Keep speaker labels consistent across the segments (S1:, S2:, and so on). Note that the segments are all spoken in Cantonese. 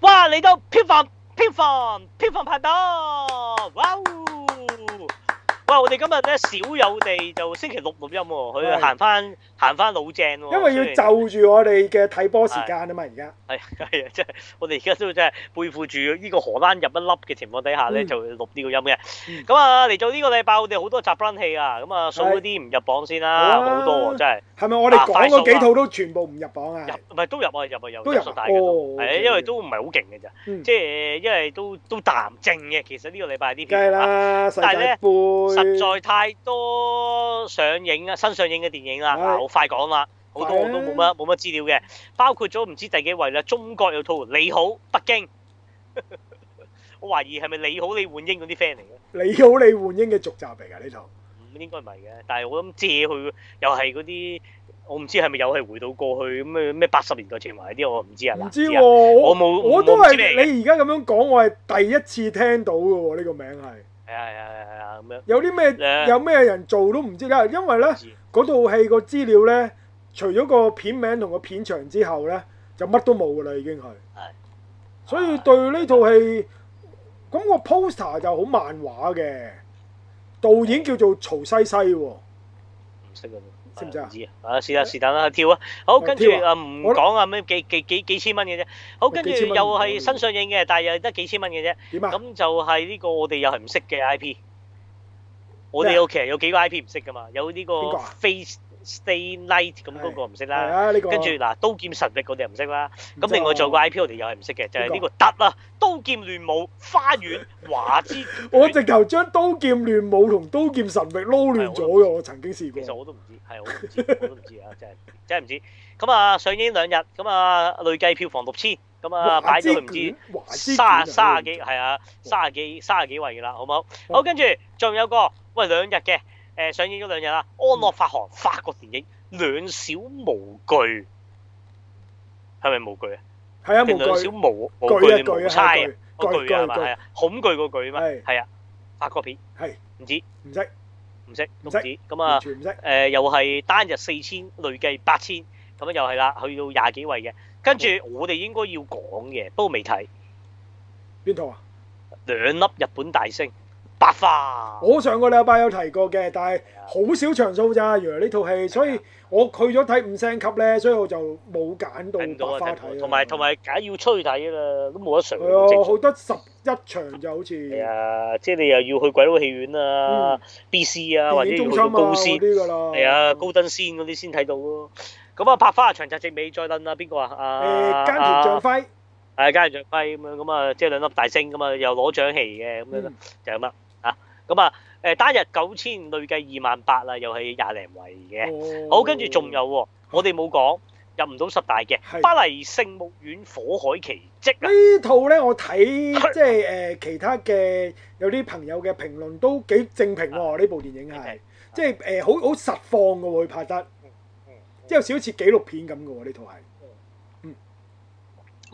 S1: 哇！嚟到票房票房票房排檔，哇！哇！我哋今日咧少有地就星期六錄音喎，佢
S2: 係
S1: 行翻行翻老正喎。
S2: 因為要就住我哋嘅睇波時間啊嘛，而家
S1: 係 係啊，即係我哋而家都真係背負住呢個荷蘭入一粒嘅情況底下咧，
S2: 嗯
S1: 就錄呢個音嘅。咁啊，嚟到呢個禮拜，我哋好多集 run 戲啊，咁啊數嗰啲唔入榜先啦，
S2: 好啊
S1: 好多啊真係。
S2: 係咪我哋講嗰幾
S1: 啊快
S2: 套都全部唔入榜啊？
S1: 入唔係都入啊，入啊，有
S2: 都入啊
S1: 數大嘅都
S2: 哦
S1: 係啊，
S2: OK，
S1: 因為都唔係好勁嘅咋，
S2: 嗯
S1: 即係因為都都淡靜嘅。其實呢個禮拜啲
S2: 梗係
S1: 片啊，
S2: 啦，世界
S1: 但係咧
S2: 盃
S1: 實在太多上映啊，新上映嘅電影啦，
S2: 係
S1: 嗱，我快講啦，好多
S2: 快啊
S1: 我都冇乜冇乜資料嘅，包括咗唔知第幾位啦，中國有套你好北京， 我懷疑係咪你好李煥英嗰啲 friend 嚟嘅？
S2: 你好李煥英嘅續集嚟㗎呢套，
S1: 唔應該唔係嘅，但係我諗借佢又係嗰啲，我唔知係咪又係回到過去咁咩咩八十年代情懷啲，我唔知啊，嗱
S2: 唔知
S1: 啊
S2: 喎，我
S1: 冇
S2: 我
S1: 我
S2: 都
S1: 唔知咩嚟
S2: 係你而家咁樣講，我係第一次聽到嘅喎，呢個名係
S1: 係啊係啊係啊係啊咁樣。
S2: 有啲咩
S1: 誒
S2: 有咩人做都唔知啦，因為咧
S1: 知
S2: 嗰套戲個資料咧，除咗個片名同個片場之後咧，就乜都冇㗎啦，已經係。所以對呢套戲，咁個 poster 就好漫畫嘅，導演叫做曹西西喎。
S1: 唔識啊，
S2: 識唔識啊
S1: 唔知啊，啊是但是但啦，跳啊，好
S2: 哦
S1: 跟住
S2: 跳
S1: 啊
S2: 啊
S1: 唔
S2: 我
S1: 講啊咩幾幾幾幾千蚊嘅啫，好跟住
S2: 幾千
S1: 又
S2: 蚊
S1: 係新上映嘅，但係又得幾千蚊嘅啫，
S2: 點啊？
S1: 咁就係呢個我哋又係唔識嘅 I P，我哋有其實有幾個 I P 唔識噶嘛，有呢
S2: 邊
S1: 個
S2: 個啊
S1: Face Stay Night 咁嗰個唔識
S2: 係
S1: 啦。
S2: 啊，呢個
S1: 跟住嗱，刀劍神域我哋又唔識啦，
S2: 唔
S1: 咁
S2: 知
S1: 另外
S2: 啊
S1: 仲有個 I P 我哋又係唔識嘅，就係呢個突啊，刀劍亂舞花園華之戀，
S2: 我直頭將刀劍亂舞同刀劍神域撈亂咗嘅，我曾經試
S1: 其實
S2: 過。
S1: 我都唔知，係我都唔知， 我都唔知啊，真係真係唔知。咁啊，上映兩日，咁啊累計票房六千，咁啊擺
S2: 華之
S1: 咗佢唔知
S2: 卷，華之卷
S1: 三
S2: 啊
S1: 十三十幾，係啊，三十幾三十幾位㗎啦，好唔好？好，跟住仲有個喂兩日嘅，誒上映咗兩日啦，《安樂發行》法國電影《兩小無懼》，係咪無懼啊？
S2: 係啊，
S1: 定
S2: 無
S1: 兩小
S2: 懼
S1: 無無
S2: 懼
S1: 懼
S2: 一句
S1: 無
S2: 啊，
S1: 差啊
S2: 係？
S1: 個
S2: 懼
S1: 懼啊係
S2: 懼
S1: 嘛？
S2: 懼
S1: 係啊，恐懼個懼嘛，
S2: 係
S1: 係啊，法國片
S2: 係
S1: 唔知
S2: 唔識，
S1: 唔識都唔
S2: 唔識
S1: 知咁啊
S2: 完。全唔識
S1: 誒、。又係單日四千，累計八千，咁樣又係啦，去到廿幾位嘅。跟住我哋應該要講嘅，不過未睇
S2: 邊套啊？
S1: 兩粒日本大星，白花。
S2: 我上個禮拜有提過嘅，但係
S1: 啊
S2: 好少場數咋。原來呢套戲，所以我去咗睇五星級咧，所以我就冇揀
S1: 睇唔到
S2: 到
S1: 啊，
S2: 百
S1: 睇
S2: 花
S1: 唔到啊
S2: 睇啊。
S1: 同埋同埋，梗係要吹睇啦，都冇得上。
S2: 係啊，
S1: 正常
S2: 好多十一場就好似
S1: 係啊，即係你又要去鬼佬戲院啊、B C 啊，或
S2: 嗯電
S1: 者
S2: 影
S1: 要
S2: 中
S1: 去
S2: 心啊
S1: 到高
S2: 嗰
S1: 先。
S2: 啲㗎啦。
S1: 係啊，高登仙嗰啲先睇到咯。咁啊，白花啊，長澤直美再撚啊，邊個啊？啊
S2: 誒，菅田將輝
S1: 係加人着輝咁樣，咁啊即係兩粒大星咁啊，又攞獎戲嘅咁樣咯
S2: 嗯，
S1: 就係咁啦嚇。咁啊誒單日九千，累計二萬八啦，又係廿零位嘅。
S2: 哦
S1: 嗯好，跟住仲有喎，我哋冇講入唔到十大嘅《
S2: 係
S1: 巴黎聖母院火海奇蹟》啊，
S2: 呢套咧，我睇即係誒其他嘅有啲朋友嘅評論都幾正評
S1: 啊
S2: 喎。呢部電影係
S1: OK，
S2: 即係誒好好實況嘅喎，佢拍得
S1: 嗯，
S2: 哎即係有少少似紀錄片咁嘅喎。呢套係
S1: 咁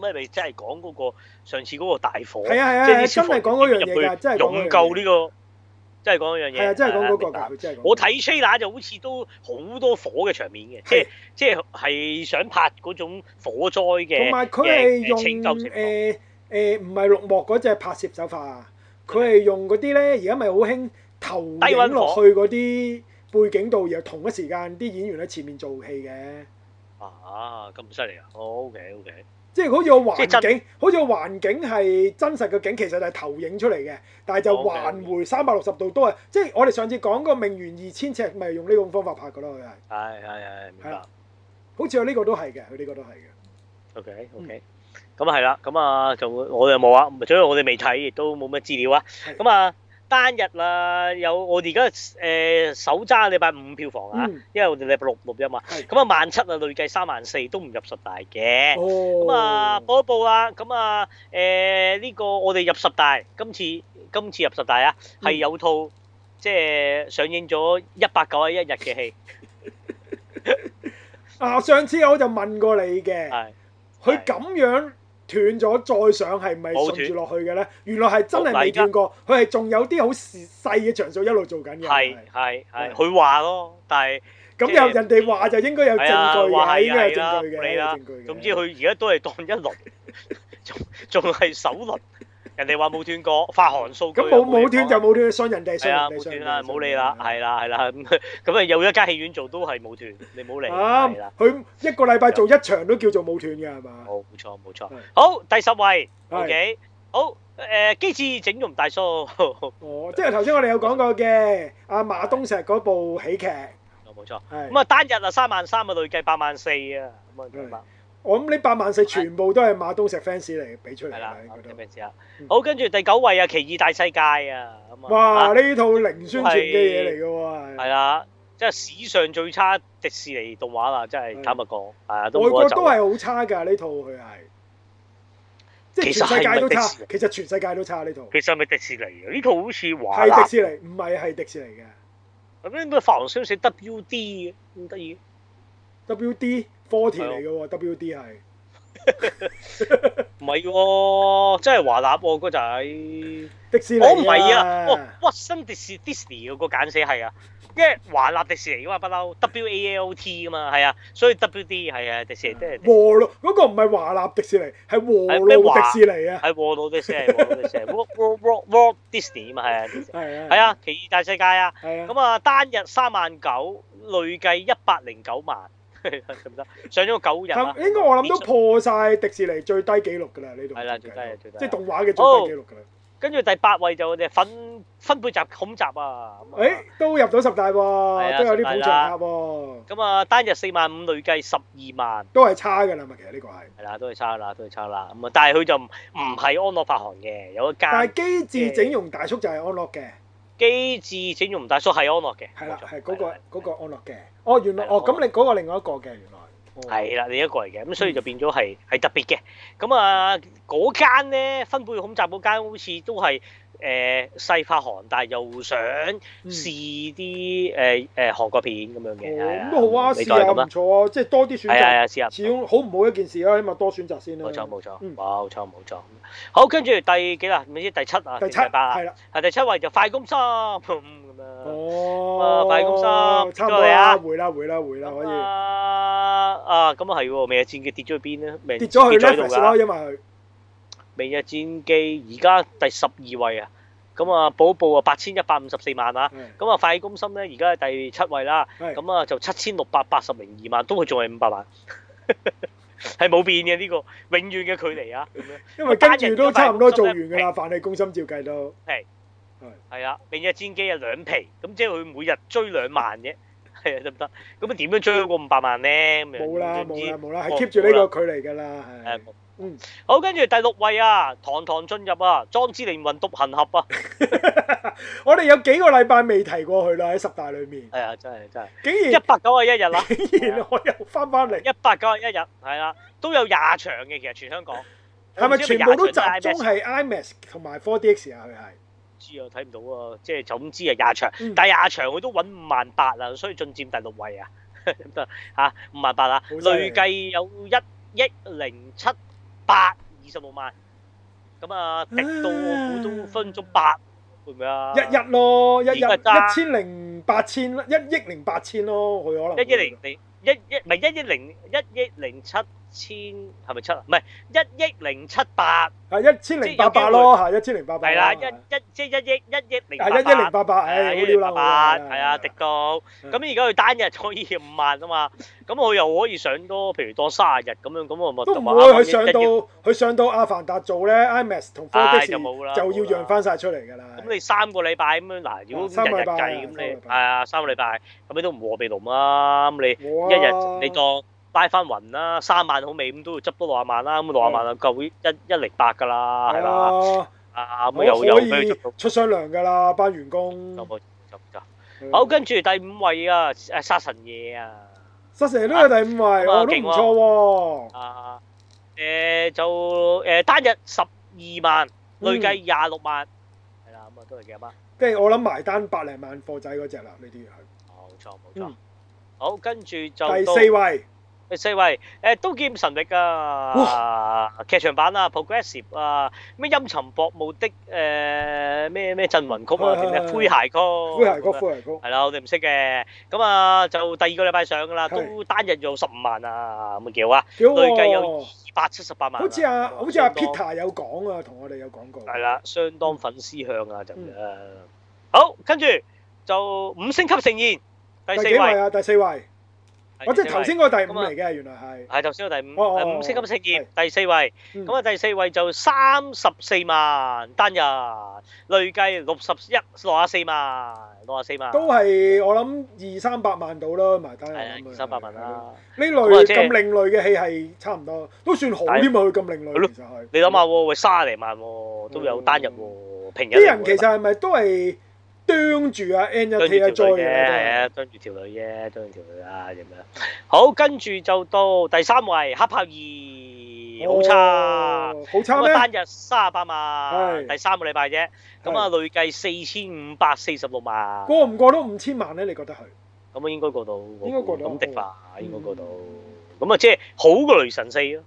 S1: 你咪真係講嗰個上次嗰個大火，
S2: 係啊係啊
S1: 即係
S2: 係
S1: 啲
S2: 啊
S1: 消
S2: 真
S1: 防
S2: 係講嗰樣
S1: 員
S2: 嘢
S1: 入
S2: 㗎，
S1: 去
S2: 真係講
S1: 勇
S2: 嗰樣
S1: 救
S2: 嘢
S1: 呢個，真係講嗰樣嘢。
S2: 係啊，真係講嗰個
S1: 明白
S2: 㗎，佢真係講嗰個。
S1: 我睇 trailer 就好似都好多火嘅場面嘅，即係
S2: 係
S1: 即係係想拍嗰種火災嘅，
S2: 同埋佢係
S1: 嘅
S2: 用
S1: 拯救情況
S2: 誒誒唔係綠幕嗰隻拍攝手法啊，佢係用嗰啲咧，而家咪好興投影落去嗰啲背景度，然後同一時間啲演員喺前面做戲嘅，
S1: 啊咁犀利啊！哦，OK OK，
S2: 即係好似個
S1: 即係
S2: 環
S1: 真
S2: 境，好似個環境係真實嘅景，其實就係投影出嚟嘅，但係就
S1: OK，OK
S2: 環回三百六十度都係，即係我哋上次講個命懸二千尺，咪用呢種方法拍噶咯，佢係，
S1: 係係係明
S2: 係
S1: 白
S2: 啦好似佢呢個都係嘅，佢呢個都係嘅。
S1: ，OK OK。咁係啦，咁啊就我又冇啊，所以我哋未睇，亦都冇乜資料啊。
S2: 係
S1: 咁啊單日啦，有我哋而家誒首揸禮拜五票房啊，
S2: 嗯
S1: 因為我哋禮拜六錄音嘛。
S2: 係
S1: 咁啊萬七啊，累計三萬四都唔入十大嘅。
S2: 哦，
S1: 咁啊，報一報啦。咁啊，誒呢個我哋入十大，今次今次入十大啊，係
S2: 嗯
S1: 有套即係上映咗一百九十一日嘅戲，
S2: 啊，上次我就問過你嘅。
S1: 係
S2: 佢咁樣斷咗再上係咪
S1: 冇
S2: 順住落去嘅咧？原來係真
S1: 好
S2: 係未斷過，佢係仲有啲好細嘅場數一路做緊嘅。
S1: 係
S2: 係
S1: 係係，
S2: 係
S1: 佢話咯，但係
S2: 咁
S1: 即係
S2: 有人哋話就應該有
S1: 係啊
S2: 證據
S1: 話
S2: 嘅，
S1: 係
S2: 應該有
S1: 係啦
S2: 證據
S1: 你
S2: 嘅，
S1: 啦
S2: 有證據嘅。
S1: 總之佢而家都係當一輪 仲仲係首輪，人哋話冇斷過，發行數據
S2: 咁冇
S1: 又
S2: 冇斷就
S1: 講
S2: 冇斷，信人哋信
S1: 係
S2: 人
S1: 啊，
S2: 哋
S1: 冇
S2: 信
S1: 斷
S2: 人
S1: 啦，
S2: 哋。
S1: 唔好理啦，係啦係啦，咁咁啊有一間戲院做都係冇斷，你唔好理，係
S2: 啱
S1: 啦，，
S2: 佢一個禮拜做一場都叫做冇斷嘅係嘛？
S1: 冇錯冇錯
S2: 係，
S1: 好第十位
S2: 係
S1: ，OK，好誒機智整容大叔， 冇
S2: 哦，即係頭先我哋有講過嘅阿馬東石嗰部喜劇，係
S1: 錯，咁啊單日啊三萬三啊累計八萬四啊，咁啊。
S2: 我諗呢八萬四全部都係馬東石 fans 嚟俾出嚟
S1: 係啦
S2: 嘅，，應該
S1: 有
S2: 都
S1: 咩知啊
S2: 嗯？
S1: 好，跟住第九位啊，《奇異大世界》啊，咁啊，
S2: 哇！
S1: 啊
S2: 呢套零宣傳嘅嘢嚟嘅喎，
S1: 係
S2: 係
S1: 啦，即係史上最差迪士尼動畫啦，真係
S2: 係
S1: 坦白講，係啊，都
S2: 嗯外
S1: 冇得
S2: 國
S1: 走
S2: 都。係好差㗎呢套佢係，即係
S1: 其實
S2: 全世界都
S1: 係咪迪
S2: 差
S1: 士尼，
S2: 其實全世界都差呢套，
S1: 其實係咪迪士尼啊？呢套好似華
S2: 係啊迪
S1: 納
S2: 士尼，唔係係迪士尼嘅。
S1: 咁樣，咩發行商寫 WD 嘅，咁得意。
S2: WD forty 嚟嘅喎，WD 係
S1: 唔係喎，真係華納喎，個仔。我
S2: 迪士尼。
S1: 唔係啊，哇，屈生迪士 Disney 個簡寫係啊，因為華納迪士尼啊噶嘛，不嬲 W A L T 噶嘛，係啊，所以 W D 係啊，迪士尼即係。
S2: 和路嗰個唔係華納迪士尼，係和路迪士尼啊，
S1: 係和路迪士尼，和路迪士尼，Walt Walt Walt Walt Disney 嘛，係啊，
S2: 係啊，
S1: 係，啊，奇異大世界啊，
S2: 係啊，
S1: 咁啊單日三萬九，累計一百零九萬， 得唔得？上咗九日啊，
S2: 咁應該我諗都破晒迪士尼最低紀錄㗎啦，呢度
S1: 係啦最低啊最低啊
S2: 即係動畫嘅最低紀錄㗎啦。
S1: 跟住第八位就我哋分分配集恐集啊，咁啊
S2: 誒，都入咗十大
S1: 啊
S2: 喎，都有啲捧場客喎，
S1: 咁啊單日四萬五，累計十二萬。
S2: 都係差㗎啦嘛，其實呢個係。
S1: 係啦，都係差啦，都係差啦。咁啊，但係佢就唔唔係安樂發行嘅，有一
S2: 但
S1: 間
S2: 係機智整容大叔就係安樂嘅，
S1: 機智整容大叔係安樂嘅，
S2: 係啦
S1: 冇，錯
S2: 係嗰
S1: 係啦
S2: 個嗰個安樂嘅。哦，原來
S1: 係啦
S2: 哦，咁你嗰個另外一個嘅原來。哦
S1: 係啦，你一個嚟嘅，咁所以就變咗係係特別嘅。咁啊，嗰間咧分貝恐襲嗰間好似都係誒細發行，但係又想
S2: 嗯
S1: 試啲誒誒韓國片咁樣
S2: 哦，
S1: 嘅。係嗯
S2: 咁都好啊，
S1: 你
S2: 試
S1: 再
S2: 下
S1: 咁
S2: 唔
S1: 啦。
S2: 錯啊，即係多啲選
S1: 係
S2: 擇，
S1: 啊，係啊，
S2: 始
S1: 試下。
S2: 終好唔好一件事啊，起碼多選擇先啦。
S1: 冇錯冇錯，
S2: 嗯
S1: 冇錯冇錯。好，跟住第幾啦？唔知第七啊，定
S2: 第七
S1: 第八啊
S2: 係，啦，
S1: 係第七位就快攻心咁樣。
S2: 哦，
S1: 快公三
S2: 差唔多
S1: 跌咗嚟啊
S2: 啦，回啦回啦回啦，可
S1: 咁
S2: 以
S1: 啊啊，咁啊係喎，明日戰記跌咗去邊咧？未
S2: 跌咗去
S1: 跌喺度
S2: Netflix
S1: 㗎
S2: 咯，。因為佢
S1: 明日戰記而家第十二位啊，咁啊寶寶啊八千一百五十四萬啊，
S2: 係
S1: 咁啊快攻心咧而家係第七位啦，
S2: 係
S1: 咁啊就七千六百八十零二萬，都係仲係五百萬， 係冇變嘅呢、個永遠嘅距離啊，咁樣
S2: 因為跟
S1: 單
S2: 住
S1: 人
S2: 都差唔多做完㗎
S1: 因
S2: 啦，飯氣攻心照計都
S1: 係啊，明日戰記啊兩皮，咁即係佢每日追兩萬啫，係啊得唔得？咁啊點樣追到個五百萬咧？咁樣
S2: 冇啦
S1: 總之
S2: 冇啦冇啦，
S1: 哦
S2: 係 keep 住呢
S1: 冇啦
S2: 個距離㗎啦，係
S1: 誒冇
S2: 嗯
S1: 好，跟住第六位啊，堂堂進入啊，莊之靈魂獨行俠啊，
S2: 我哋有幾個禮拜未提過佢啦，喺十大裏面，
S1: 係啊，真係 真係
S2: 竟
S1: 一
S2: 然
S1: 百九啊一日啦。
S2: 竟然我又翻翻嚟，
S1: 一百九十一日係啦，都有廿場嘅，其實全香港
S2: 係咪全部都集中
S1: 係？
S2: 係 IMAX 同埋 4DX 啊？佢係。
S1: 知啊，睇唔到啊，即係就咁知啊，廿場，
S2: 嗯
S1: 但係廿場佢都揾五萬八啊，所以進佔第六位啊，得嚇五萬八啊，
S2: 好犀利
S1: 累計有一億零七百二十六萬，咁啊，滴到我估都分咗八，會唔會啊？
S2: 一日咯，一日
S1: 而家
S2: 一千零八千，一億零八千咯，佢可能
S1: 一億零零一一唔係一億零一億零七千係咪七啊？唔係一億零七百。
S2: 啊一千零八百咯，嚇一千零八百
S1: 係
S2: 咯
S1: 啦，一一即係一億一億零
S2: 啊
S1: 八
S2: 一
S1: 八，
S2: 一零八八，唉，
S1: 係
S2: 好
S1: 一億
S2: 撩
S1: 八
S2: 啦，
S1: 八，
S2: 好啦
S1: 係啊，迪高。咁而家佢單日可以五萬啊嘛，咁佢又可以上多，譬如當卅日咁樣，咁我咪
S2: 都
S1: 就
S2: 唔
S1: 話
S2: 會，佢
S1: 啱啱
S2: 上
S1: 一
S2: 到
S1: 億
S2: 佢上到阿凡達做咧，IMAX 同 4D
S1: 唉
S2: 時
S1: 就冇啦
S2: 就
S1: 冇啦
S2: 要讓翻晒出嚟㗎啦。
S1: 咁你三個禮拜咁樣嗱，如果
S2: 三
S1: 日
S2: 個
S1: 日
S2: 禮拜啊
S1: 計咁
S2: 三個禮
S1: 你係
S2: 拜
S1: 啊三個禮拜，咁你都唔和鼻龍啦，咁你
S2: 冇啊
S1: 一日你當拉翻雲啦，三萬好尾咁都要執多六十萬啦，咁六十萬就夠一一零八㗎啦，係嘛？
S2: 係啊，
S1: 啊咁又
S2: 我
S1: 又
S2: 可
S1: 俾佢
S2: 以
S1: 執到，
S2: 出雙糧㗎啦，班員工
S1: 有。冇執到？
S2: 係啊
S1: 好，跟住第五位啊，誒殺神夜啊！
S2: 失蛇都有第五位，
S1: 咁啊
S2: 我都
S1: 勁
S2: 唔
S1: 喎
S2: 錯喎。
S1: 啊，誒、就誒、單日十二萬，累計廿六萬，係啦、咁啊都係幾啊蚊，
S2: 跟住我諗埋單百零萬貨仔嗰只啦，呢啲係
S1: 冇錯冇錯。
S2: 嗯
S1: 好，跟住就
S2: 第
S1: 到
S2: 四位。
S1: 第四位誒刀劍神域啊，劇場版啊，Progressive 啊，咩陰沉薄霧的誒咩咩鎮魂曲啊，定咩灰鞋曲？
S2: 灰鞋哥，灰鞋哥，
S1: 哦係啦，我哋唔識嘅。咁啊，就第二個禮拜上㗎啦，
S2: 係
S1: 都單日有十五萬啊，咁啊幾好啊，
S2: 幾好
S1: 累計有
S2: 喎
S1: 二！百七十八萬啊。
S2: 好似啊，好似阿
S1: 相當
S2: Peter 有講啊，同我哋有講過。
S1: 係啦，相當粉絲向啊，就誒好，跟住就五星級盛宴第
S2: 第
S1: 四
S2: 幾位
S1: 位，
S2: 啊？第四位，
S1: 係
S2: 我即
S1: 第
S2: 係
S1: 四
S2: 頭
S1: 位
S2: 先嗰個第五
S1: 咁啊
S2: 嚟嘅，原來係。
S1: 係頭先個第五，
S2: 哦
S1: 誒
S2: 哦哦
S1: 五星級盛宴第四位，
S2: 嗯
S1: 咁啊第四位就三十四萬單日，累計六十一六十四萬，六十四萬，
S2: 都係我諗二三百萬到啦，埋單
S1: 啊係啊
S2: 咁樣
S1: 二三百萬。啦。
S2: 呢
S1: 咁啊
S2: 類
S1: 即係
S2: 咁另類嘅戲係差唔多，都算好添啊！佢咁另
S1: 係咯
S2: 類其實係。
S1: 你諗下喎，喂三十零萬喎，都有單日喎，平日
S2: 嗯啲人其
S1: 嚟
S2: 實
S1: 喎
S2: 係咪都係啄住啊 N 一
S1: 跟
S2: T 一
S1: 住條女啫，係
S2: 災
S1: 啊，跟住條女啫，跟住條女啦咁樣。好，跟住就到第三位黑豹二，啊好差。，
S2: 哦好差
S1: 咁
S2: 咩？
S1: 啊，單日三十八萬，
S2: 係
S1: 第三個禮拜啫。咁啊，累計四千五百四十六萬。
S2: 過唔過到五千萬咧？你覺得佢？
S1: 咁啊，應該過到喎。
S2: 應該過到
S1: 咁迪化
S2: 嗯
S1: 應該過到。咁啊，即係好過雷神四咯，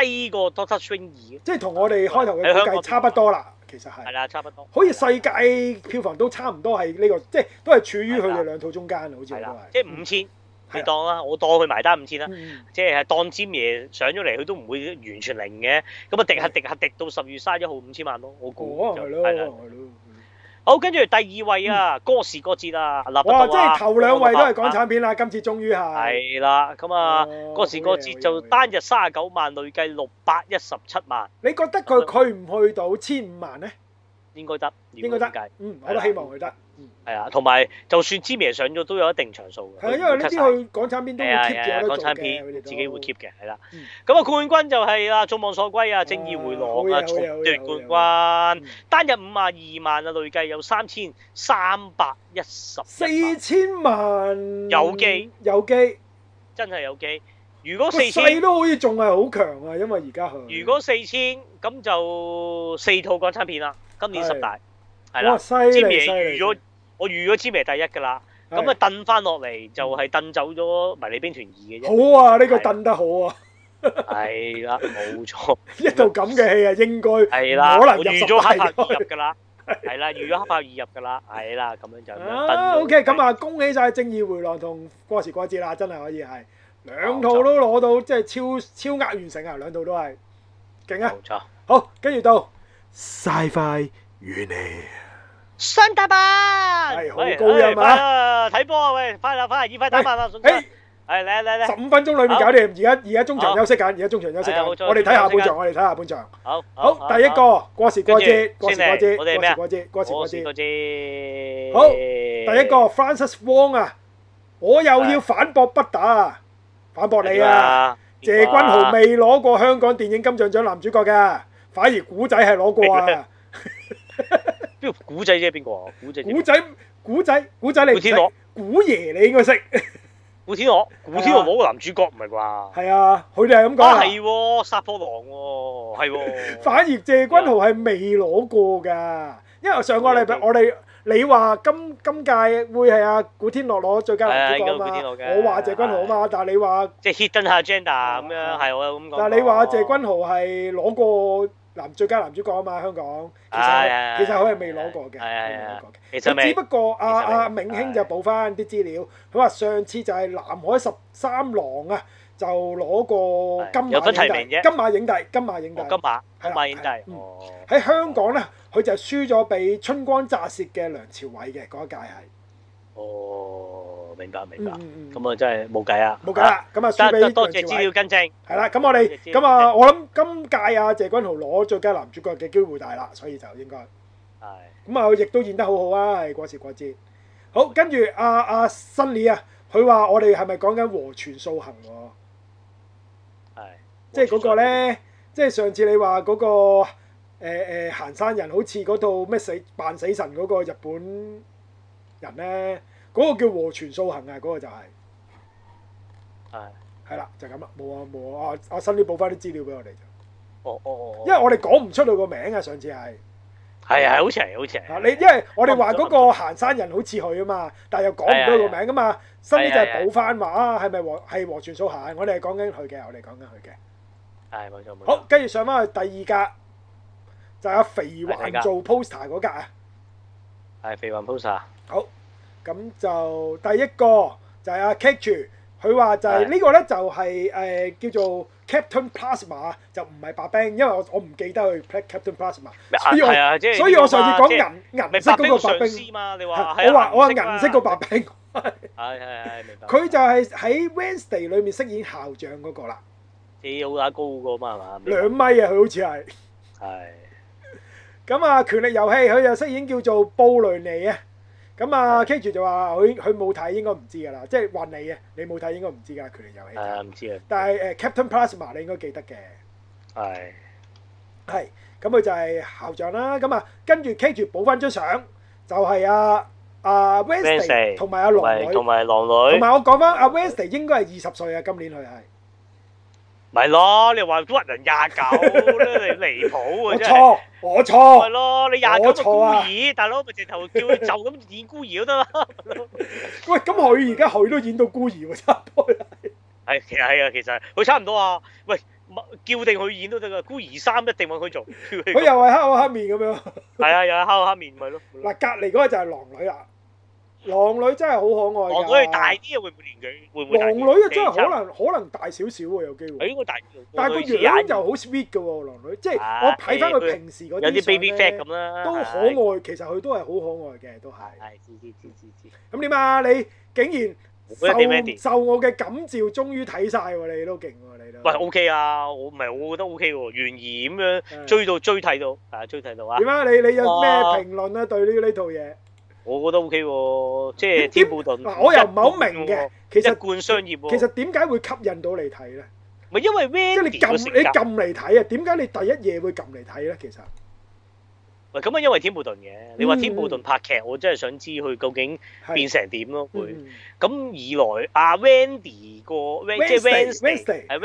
S1: 低過 Doctor Strange
S2: 即係同我哋開頭嘅
S1: 喺香
S2: 估
S1: 港
S2: 計差不多啦，其實
S1: 二。係
S2: 係。
S1: 啦，差不多。
S2: 好似世界票房都差唔多係呢個，即係都係處於佢哋兩套中間啊，好似都
S1: 係啦
S2: 係。，
S1: 即係五千，啊
S2: 係
S1: 你
S2: 啊
S1: 當啦，我當佢埋單五千啦。
S2: 嗯。
S1: 即係當尖爺上咗嚟，佢都唔會完全零嘅。咁啊，滴下滴下滴到十月三十一號五千萬咯，我估
S2: 哦，
S1: 就
S2: 可能係咯，可
S1: 啦。
S2: 能係咯。嗯
S1: 好，跟住第二位啊，歌時歌節啊，立不到啊，
S2: 哇！即係頭兩位都係港
S1: 啊
S2: 產片啦，今次終於係。
S1: 係啦，咁啊，
S2: 哦
S1: 嗰時嗰節就
S2: 好嘢好嘢
S1: 單日三十九萬，累計六百一十七萬，
S2: 你覺得佢去唔去到千五萬咧？
S1: 應該得，如
S2: 應該
S1: 果咁
S2: 得
S1: 計，
S2: 嗯，我都希望佢得。嗯
S1: 係啊，同埋就算知名上咗都有一定場數嘅。
S2: 係啊，因為呢啲
S1: 佢唔會 cut 晒
S2: 佢港產片都會
S1: 係啊
S2: keep
S1: 係啊，
S2: 住有
S1: 港
S2: 得做
S1: 產
S2: 嘅，佢哋
S1: 片
S2: 都
S1: 自己會 keep 嘅，係啦
S2: 嗯。哦
S1: 咁啊，冠軍就係啊，眾望所歸啊，正義回
S2: 好
S1: 廊啊，
S2: 嘢好嘢
S1: 重
S2: 好嘢
S1: 奪冠軍
S2: 嗯，
S1: 單日五萬二萬啊，累計有三千三百一十
S2: 四千萬
S1: 有機
S2: 有機，
S1: 真係有機。如果
S2: 個
S1: 四千
S2: 勢，都好似仲係好強啊！因為而家佢
S1: 如果四千咁就四套港產片啦，今年十大係啦
S2: 哇。犀利犀
S1: 詹
S2: 利，
S1: 爺預咗，我預咗詹爺第一㗎啦。
S2: 係
S1: 咁啊，燉翻落嚟就係燉走咗迷你兵團二嘅啫。
S2: 好啊！呢個燉得好啊！
S1: 係啦，冇錯，
S2: 一套咁嘅戲啊，應該
S1: 係啦。
S2: 可能
S1: 我
S2: 入
S1: 預
S2: 十
S1: 咗黑
S2: 大
S1: 豹二
S2: 嘅
S1: 入㗎啦，係啦，預咗黑豹二入㗎啦，係啦，咁樣就咁樣燉
S2: 啊
S1: 咗
S2: ，OK，咁啊，恭喜晒《正義回廊》同《過時過節》啦，真係可以係兩套都攞到，即係超超額完成啊！兩套都係勁啊！
S1: 冇錯。
S2: 好，跟住到 Sci-Fi 與你，
S1: 新大班，
S2: 係好
S1: 喂
S2: 高音啊
S1: 喂快啦睇波啊！喂，快啦，快啦，以快打慢啦，順德
S2: 誒
S1: 係嚟嚟嚟，
S2: 十五分鐘裏面搞掂，而家而家中場休息緊，而家中場休息
S1: 係
S2: 緊，
S1: 啊冇錯
S2: 我哋睇下
S1: 中
S2: 半
S1: 場休息緊
S2: 場，我哋睇下半場。
S1: 好
S2: 好，第一個過時過節，
S1: 跟
S2: 過
S1: 住先
S2: 時過節，
S1: 嚟我
S2: 過
S1: 哋咩
S2: 時
S1: 啊
S2: 過節，過時過
S1: 我試
S2: 節
S1: 過。啫。
S2: 好第一個 Francis Wong 啊，我又要反駁不打啊，反駁你啊！謝君豪未攞過香港電影金像獎男主角㗎，反而古仔係 攞過啊！
S1: 邊個古仔啫？邊個啊？古仔啫
S2: 古仔古仔古仔你唔
S1: 古天
S2: 識
S1: 樂，
S2: 古爺你應該識，
S1: 古天樂，古天樂攞個男主角唔係啩？
S2: 係啊，佢哋係咁講
S1: 啊係
S2: 啊。
S1: 喎，殺破狼喎，係喎。
S2: 反而謝君豪係未攞過㗎，因為上個禮拜我哋你話今今屆會係阿古天樂攞最佳男主角啊嘛，
S1: 係啊應該古天樂嘅
S2: 我話謝君豪啊嘛，但係你話
S1: 即係 hidden agenda à, 咁樣，
S2: 啊
S1: 係我有咁講。
S2: 但係你話謝君豪係攞過男最佳男主角啊嘛，香港其
S1: 係係
S2: 實
S1: 係
S2: 其實佢係未攞過
S1: 係
S2: 嘅，
S1: 係
S2: 佢未
S1: 係
S2: 攞過嘅。
S1: 其實
S2: 佢只
S1: 咪
S2: 不過阿
S1: 其實未
S2: 阿明興就補翻啲資料，佢話上次就係南海十三郎啊，就攞過金
S1: 有分提
S2: 馬影
S1: 名
S2: 帝，
S1: 啫哦
S2: 金馬影帝，金馬影帝
S1: 黃金馬，
S2: 係
S1: 金
S2: 啦
S1: 馬影帝。
S2: 嗯
S1: 哦，
S2: 喺香港咧，佢就輸咗俾春光乍泄嘅梁朝偉嘅嗰一屆係，
S1: 哦，明白明白。
S2: 嗯嗯嗯，
S1: 咁啊，真係冇計啊。
S2: 冇計啦，咁啊輸俾
S1: 得。
S2: 梁
S1: 得
S2: 朝
S1: 多謝資
S2: 偉
S1: 料，更正。
S2: 係啦，咁我哋
S1: 多謝資料
S2: 咁啊，我諗今屆啊謝君豪攞最佳男主角嘅機會大啦，所以就應該。
S1: 係。
S2: 咁啊，佢亦都演得好好啊，係過時過節。好，跟住阿阿新李啊，佢話我哋係咪講緊和傳素行喎、
S1: 係。
S2: 即係嗰個。咧，即係上次你話嗰、個誒、呃、行山人，好似嗰套咩死扮死神嗰個日本人咧，嗰、個叫和傳素行啊，嗰、個就係、
S1: 係。
S2: 係啦，就咁啦，冇啊冇啊，阿阿新李補翻啲資料俾我哋，
S1: 哦哦哦。
S2: 因為我哋講唔出佢個名啊，上次係
S1: 係係，好似係，好似
S2: 啊！
S1: 係。
S2: 你因為我哋話嗰個行山人好似佢啊嘛，但係又講唔到佢個名
S1: 啊
S2: 噶嘛，新呢就係補翻話啊，係咪黃係黃泉素行？我哋係講緊佢嘅，我哋講緊佢嘅。
S1: 啊係啊冇錯冇錯。
S2: 好，跟住上翻去第二格，就係阿肥
S1: 係第
S2: 環
S1: 二格
S2: 做 poster 嗰格啊。
S1: 係肥雲 poster。
S2: 好，咁就第一個就係阿 c a t c h 佢話就
S1: 啊
S2: 係呢個咧就係誒叫做 Captain Plasma，就唔係白冰，因為我我唔記得佢 Captain Plasma，所以
S1: 係
S2: 我
S1: 啊，即係
S2: 所以我上次講
S1: 即係
S2: 銀銀
S1: 咪
S2: 色
S1: 白
S2: 嗰
S1: 冰
S2: 個白
S1: 上
S2: 冰
S1: 司。嘛？你話係啊
S2: 我話我話
S1: 色
S2: 銀
S1: 嘛
S2: 色個白冰，
S1: 係係係明白。
S2: 佢就係喺 Wednesday 裏面飾演校長嗰個啦，
S1: 屌好乸高個嘛係嘛？明白
S2: 兩米啊，佢好似係。
S1: 係
S2: 咁啊，權力遊戲佢就飾演叫做布雷尼啊。咁啊
S1: 嗯
S2: k i t 就話佢佢冇睇，應該唔知㗎啦，即係話你啊，你冇睇應該唔知㗎權力遊戲。
S1: 誒唔知啊。
S2: 但係誒 Captain Plasma 你應該記得嘅，
S1: 係
S2: 係咁佢就係校長啦。咁啊，跟住 k i t 補翻張相，就係阿阿 Wednesday
S1: Wednesday，
S2: 同埋阿
S1: 同
S2: 狼
S1: 埋
S2: 女，
S1: 同
S2: 同
S1: 埋狼女，
S2: 埋我講翻阿 Wednesday 應該係二十歲啊，今年佢係。
S1: 咪咯？你話屈人廿九咧，你離譜啊
S2: 我
S1: 真係。
S2: 錯，我
S1: 咪
S2: 錯，
S1: 咯，你廿九
S2: 我
S1: 就
S2: 錯
S1: 孤
S2: 啊
S1: 兒，大佬咪直頭叫佢就咁演孤兒都 得啦。
S2: 喂，咁佢而家佢都演到孤兒喎，差唔多 啦。
S1: 係，其實係啊，其實佢差唔多啊。喂，乜叫定佢演都得噶，孤兒三一定揾佢做。叫佢
S2: 佢又係黑口黑面咁樣。
S1: 係啊，又係烤下面咪咯。
S2: 嗱，隔離嗰個就係狼女啦，狼女真係好可愛㗎。
S1: 狼女大啲啊，會唔會年紀會唔會大
S2: 狼
S1: 啲？
S2: 女啊，真係
S1: 定
S2: 可能可能大少少喎，有機
S1: 佢
S2: 會。
S1: 哎應該大啲。啊
S2: 但係個
S1: 類似
S2: 樣
S1: 眼
S2: 就好 sweet 嘅喎，狼女，即係
S1: 啊
S2: 我睇翻佢
S1: 佢
S2: 平時嗰
S1: 有啲 baby fat
S2: 相
S1: 咁啦，
S2: 都可
S1: 係。
S2: 愛，其實佢都係好可愛嘅，都係。
S1: 係，知知知知知。
S2: 咁點啊？你竟
S1: 我一定
S2: 然受
S1: ready
S2: 受我嘅感召，終於睇晒喎，你都勁喎，你都。
S1: 喂，OK 啊，我唔係我覺得 OK 喎，懸疑咁樣
S2: 係
S1: 追到追睇到，係啊追睇到啊，
S2: 點啊？你你有咩
S1: 哇
S2: 評論啊？對呢呢套嘢？
S1: 我覺得 OK 喎，即
S2: 點啊
S1: 係天普頓。
S2: 嗱，我又唔係好明嘅。其
S1: 一貫喎，一
S2: 實
S1: 貫商業喎。
S2: 其實點解會吸引到你睇咧？
S1: 咪因為
S2: 即係
S1: Wendy
S2: 你撳
S1: 個性
S2: 你
S1: 格，
S2: 撳嚟睇啊？點解你第一夜會撳嚟睇咧？其實
S1: 喂咁啊，因為天普頓嘅。你話
S2: 嗯
S1: 天普頓拍劇，我真係想知佢究竟變
S2: 係
S1: 成點咯，會。
S2: 嗯
S1: 咁二來阿 Wendy 個 Wen- 即
S2: Wednesday，
S1: 係 Wednesday
S2: Wednesday
S1: 係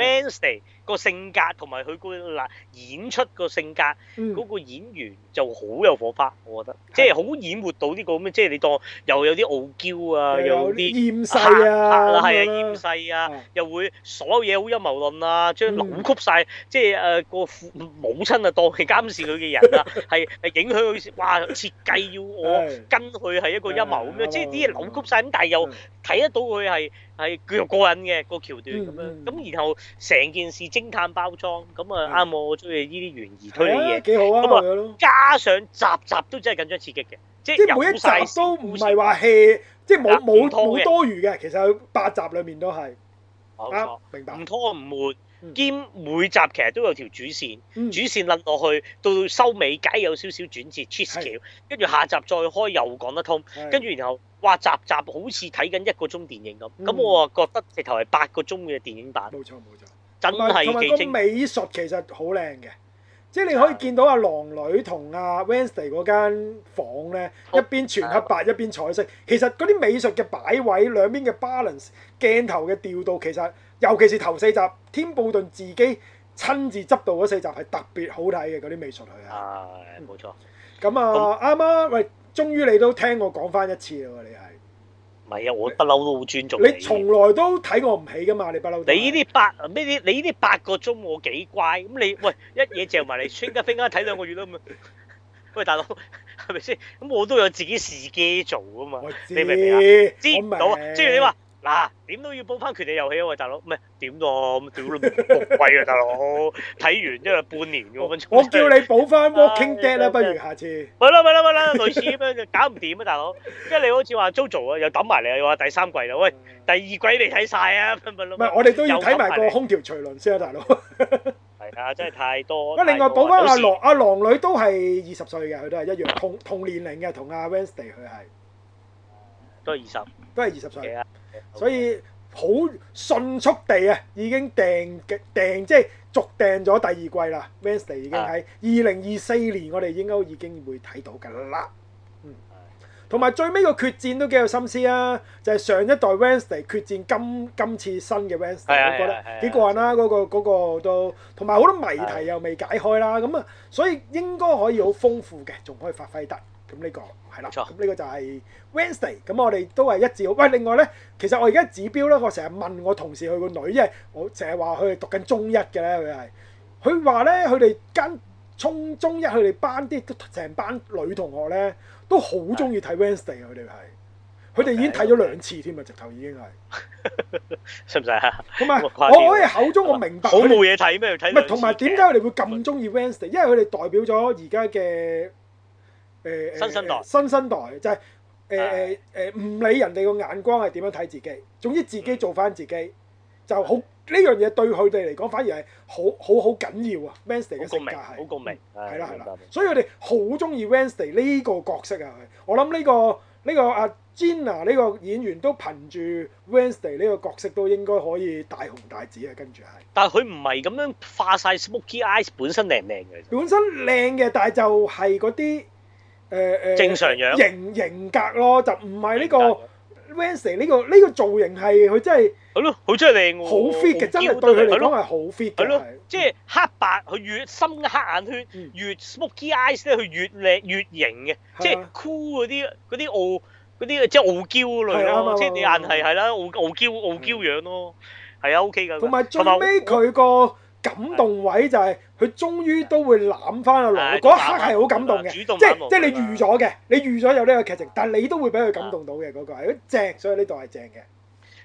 S1: Wednesday 個性格同埋佢個嗱演出個性格
S2: 嗯
S1: 嗰個演員就好有火花，我覺得即係好演活到呢個咁嘅，即係你當又有啲傲嬌啊，又有啲
S2: 厭世啊，
S1: 啦，係
S2: 咁
S1: 啊，
S2: 樣
S1: 厭
S2: 啦
S1: 世啊
S2: 嗯，
S1: 又會所有嘢好陰謀論啊，將
S2: 嗯
S1: 扭曲晒，即係誒呃個父母親啊當係監視佢嘅人 啊，係係影響佢，哇設計要我
S2: 係
S1: 跟佢係一個陰謀咁
S2: 係
S1: 樣，即係啲嘢
S2: 啱啊
S1: 扭曲晒咁，但係又
S2: 嗯
S1: 睇得到佢係係叫做過癮嘅個橋段咁
S2: 嗯嗯
S1: 樣，咁然後成件事偵探包裝，咁啊
S2: 嗯
S1: 啱我我中意呢啲懸疑推理
S2: 係啊
S1: 嘢，
S2: 幾好啊，
S1: 咁啊
S2: 咁樣咯。
S1: 加上集集都真係緊張刺激嘅，即
S2: 即
S1: 係
S2: 係每一
S1: 有晒
S2: 集都唔
S1: 故事
S2: 係話 hea，即係冇
S1: 嗱
S2: 冇
S1: 唔拖
S2: 冇
S1: 嘅
S2: 多餘嘅。其實佢八集裡面都係
S1: 冇錯
S2: 啱，明白
S1: 唔。拖唔悶
S2: 啊嗯，
S1: 兼每集其實都有條主線，
S2: 嗯
S1: 主線撚落去到收尾，梗係有少少轉折 cheese
S2: 係
S1: 橋，跟住下集再開又講得通，
S2: 係
S1: 跟住然後哇集集好似睇緊一個鐘電影咁，咁
S2: 嗯
S1: 我啊覺得直頭係八個鐘嘅電影版，
S2: 冇錯冇錯，
S1: 真
S2: 同埋同埋
S1: 係幾
S2: 個
S1: 精。
S2: 美術其實好靚嘅。即係你
S1: 啊
S2: 可以見到阿狼女同阿 Wednesday 嗰間房咧，一邊全黑
S1: 啊
S2: 白一邊彩色。其實嗰啲美術嘅擺位、兩邊嘅 balance、鏡頭嘅調度，其實尤其是頭四集，天布頓自己親自執導嗰四集係特別好睇嘅嗰啲美術佢啊。
S1: 係冇錯，
S2: 咁啊，啱啊，喂，終於你都聽我講翻一次啦喎，你
S1: 唔係啊，我不嬲都好尊重
S2: 係你從來都睇我唔起噶嘛，你不嬲都係。
S1: 你呢啲八咩啲？你呢啲八個鐘我幾乖咁你喂一嘢嚼埋嚟，穿得 finger 睇兩個月啦咁樣。喂，大佬係咪先？咁我都有自己事機做啊嘛，
S2: 我知，
S1: 你明唔明啊？知
S2: 我
S1: 唔到啊
S2: 明？
S1: 即係你話嗱，點都要補翻權力遊戲啊！喂，大佬，唔係點咯？咁屌你咁貴啊，大佬！睇完真係半年嘅分鐘。
S2: 我叫你補翻 Walking
S1: 唉
S2: Dead 啦，
S1: 啊真係
S2: 不如下次。
S1: 咪啦咪啦咪啦，類似咁樣就搞唔掂啊，大佬！即係你好似話 JoJo 啊，又抌埋你，又話第三季啦，喂，第二季你睇晒啊，咪
S2: 唔係，我哋都要睇埋個空調除輪先啊，大佬。
S1: 哦
S2: 喂，
S1: 係啊，真係太多。
S2: 另
S1: 太
S2: 外
S1: 多
S2: 補翻
S1: 到
S2: 阿
S1: 啊時
S2: 狼阿狼女都係二十歲嘅，佢都係一樣同同年齡嘅，同阿 Wednesday 佢係
S1: 都係二
S2: 都係二十
S1: 十嘅
S2: 歲，
S1: 啊，
S2: 所以好迅速地啊，已經訂嘅訂即係續訂咗第二季啦。Wednesday
S1: 啊
S2: 已經喺二零二四年，我哋應該已經會睇到㗎啦。嗯同埋最尾個決戰都幾有心思啊！就係、上一代 Wednesday 決戰今今次新嘅 Wednesday，
S1: 係啊
S2: 我
S1: 係
S2: 覺
S1: 啊
S2: 得
S1: 係啊
S2: 幾過癮啦！嗰、個嗰、個都同埋好多謎題又未解開啦，咁啊，所以應該可以好豐富嘅，仲可以發揮得。咁呢、個係啦，
S1: 冇錯
S2: 咁呢個就係 Wednesday。咁我哋都係一致好。喂，另外呢，其實我而家指標呢，我成日問我同事佢個女，因為我成日話佢係讀緊中一嘅呢，佢係。佢話咧，佢哋間中中一佢哋班啲成班女同學咧，都好中意睇 Wednesday 啊！佢哋係，佢哋已經睇咗兩次添啊！直頭已經係，
S1: 使唔使啊？
S2: 同埋
S1: 好
S2: 我
S1: 誇張
S2: 我喺口中我明白
S1: 好
S2: 佢
S1: 冇
S2: 哋，
S1: 嘢睇咩？睇兩
S2: 唔係
S1: 次
S2: 同埋點解佢哋會咁中意 Wednesday？因為佢哋代表咗而家嘅誒誒
S1: 新生代
S2: 誒新生代就係誒誒誒唔理人哋個眼光係點樣睇自己，總之
S1: 嗯
S2: 自己做翻自己就好。呢樣嘢對佢哋嚟講反而係好好好緊要啊！Wednesday
S1: 好共
S2: 嘅性格
S1: 鳴，
S2: 係嗯
S1: 好共鳴，嗯
S2: 係
S1: 係
S2: 啦係啦，所以佢哋好中意 Wednesday 呢個角色啊！佢我諗呢、個呢、個阿 Jenna 呢個演員都憑住 Wednesday 呢個角色都應該可以大紅大紫啊！跟住係
S1: 但係佢唔係咁樣化晒 smoky eyes 本身靚唔靚嘅，其實
S2: 本身靚嘅，但係就係嗰啲誒誒
S1: 正常樣
S2: 型型格咯，就唔係呢個 Wednesday 呢、個呢、個造型係佢真係
S1: 係咯，佢真係靚喎，
S2: 好 fit 嘅，真係
S1: 好嬌
S2: 對佢
S1: 得
S2: 嚟
S1: 咯
S2: 講係好 fit
S1: 係
S2: 嘅。
S1: 咯
S2: 係，
S1: 即係黑白，佢越深嘅黑眼圈，
S2: 嗯
S1: 越 smoky eyes 咧，佢越靚越型嘅，即
S2: 係
S1: 係
S2: 啊
S1: cool 嗰啲嗰啲傲嗰啲即係傲嬌類
S2: 係啊啱
S1: 咯，
S2: 啱
S1: 即係你硬
S2: 啱嗯
S1: 係係啦，傲傲嬌傲嬌樣咯，係啊 OK 㗎。
S2: 同埋最尾佢個感動位就係佢終於都會攬翻阿羅
S1: 係啊
S2: 嗰一刻係好感動嘅，
S1: 主
S2: 即
S1: 動攬
S2: 係
S1: 羅
S2: 即係你預咗嘅，你預咗有呢個劇情，但係你都會俾佢感動到嘅嗰個係正，所以呢度係正嘅。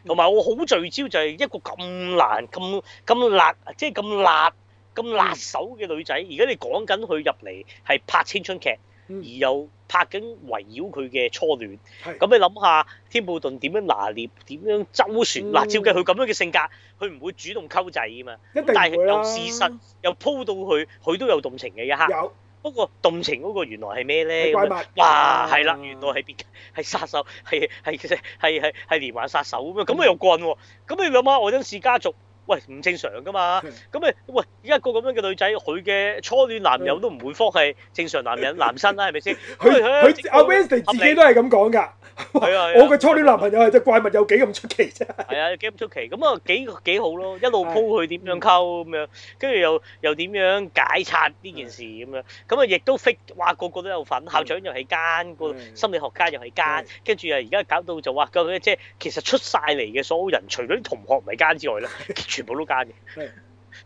S1: 同埋我好聚焦就係一個咁難、咁咁辣，即係咁辣、咁辣手嘅女仔。而家你講緊佢入嚟係拍青春劇，而
S2: 嗯，
S1: 又拍緊圍繞佢嘅初戀。
S2: 係
S1: 咁你諗下，天布頓點樣拿捏、點樣周旋？嗱、
S2: 嗯
S1: 照計佢咁樣嘅性格，佢唔會主動溝仔啊嘛。
S2: 一
S1: 但係
S2: 定唔
S1: 佢
S2: 會啦
S1: 有。事實，啊又鋪到佢，佢都有動情嘅一刻。
S2: 有
S1: 不過動情嗰個原來係咩咧？
S2: 係
S1: 咁
S2: 怪
S1: 樣
S2: 物，哦
S1: 哇，係啦，原來係別係殺手，係係係係係連環殺手咁樣，咁
S2: 嗯
S1: 啊又棍喎，咁你諗下，我真氏家族，喂唔正常噶嘛，
S2: 係
S1: 咁啊喂一個咁樣嘅女仔，佢嘅初戀男
S2: 嗯
S1: 友都唔會方係正常男人男生啦，係啊咪先？
S2: 佢
S1: 因為佢
S2: 佢阿 Wednesday 自己都係咁講㗎。
S1: 係啊係啊
S2: 我嘅初戀男朋友係隻怪物，有幾咁出奇啫？
S1: 係啊，幾咁出奇，咁啊幾幾好咯，一路
S2: 係
S1: 鋪佢點樣溝咁樣，跟住又又點樣解拆呢
S2: 嗯
S1: 件事咁樣，咁啊亦都 fit，哇個個都有份，校長又係奸，個
S2: 嗯
S1: 心理學家又係奸
S2: 係，
S1: 跟住啊而家搞到就話究竟即係其實出晒嚟嘅所有人，除咗啲同學唔係奸之外咧，全部都奸嘅，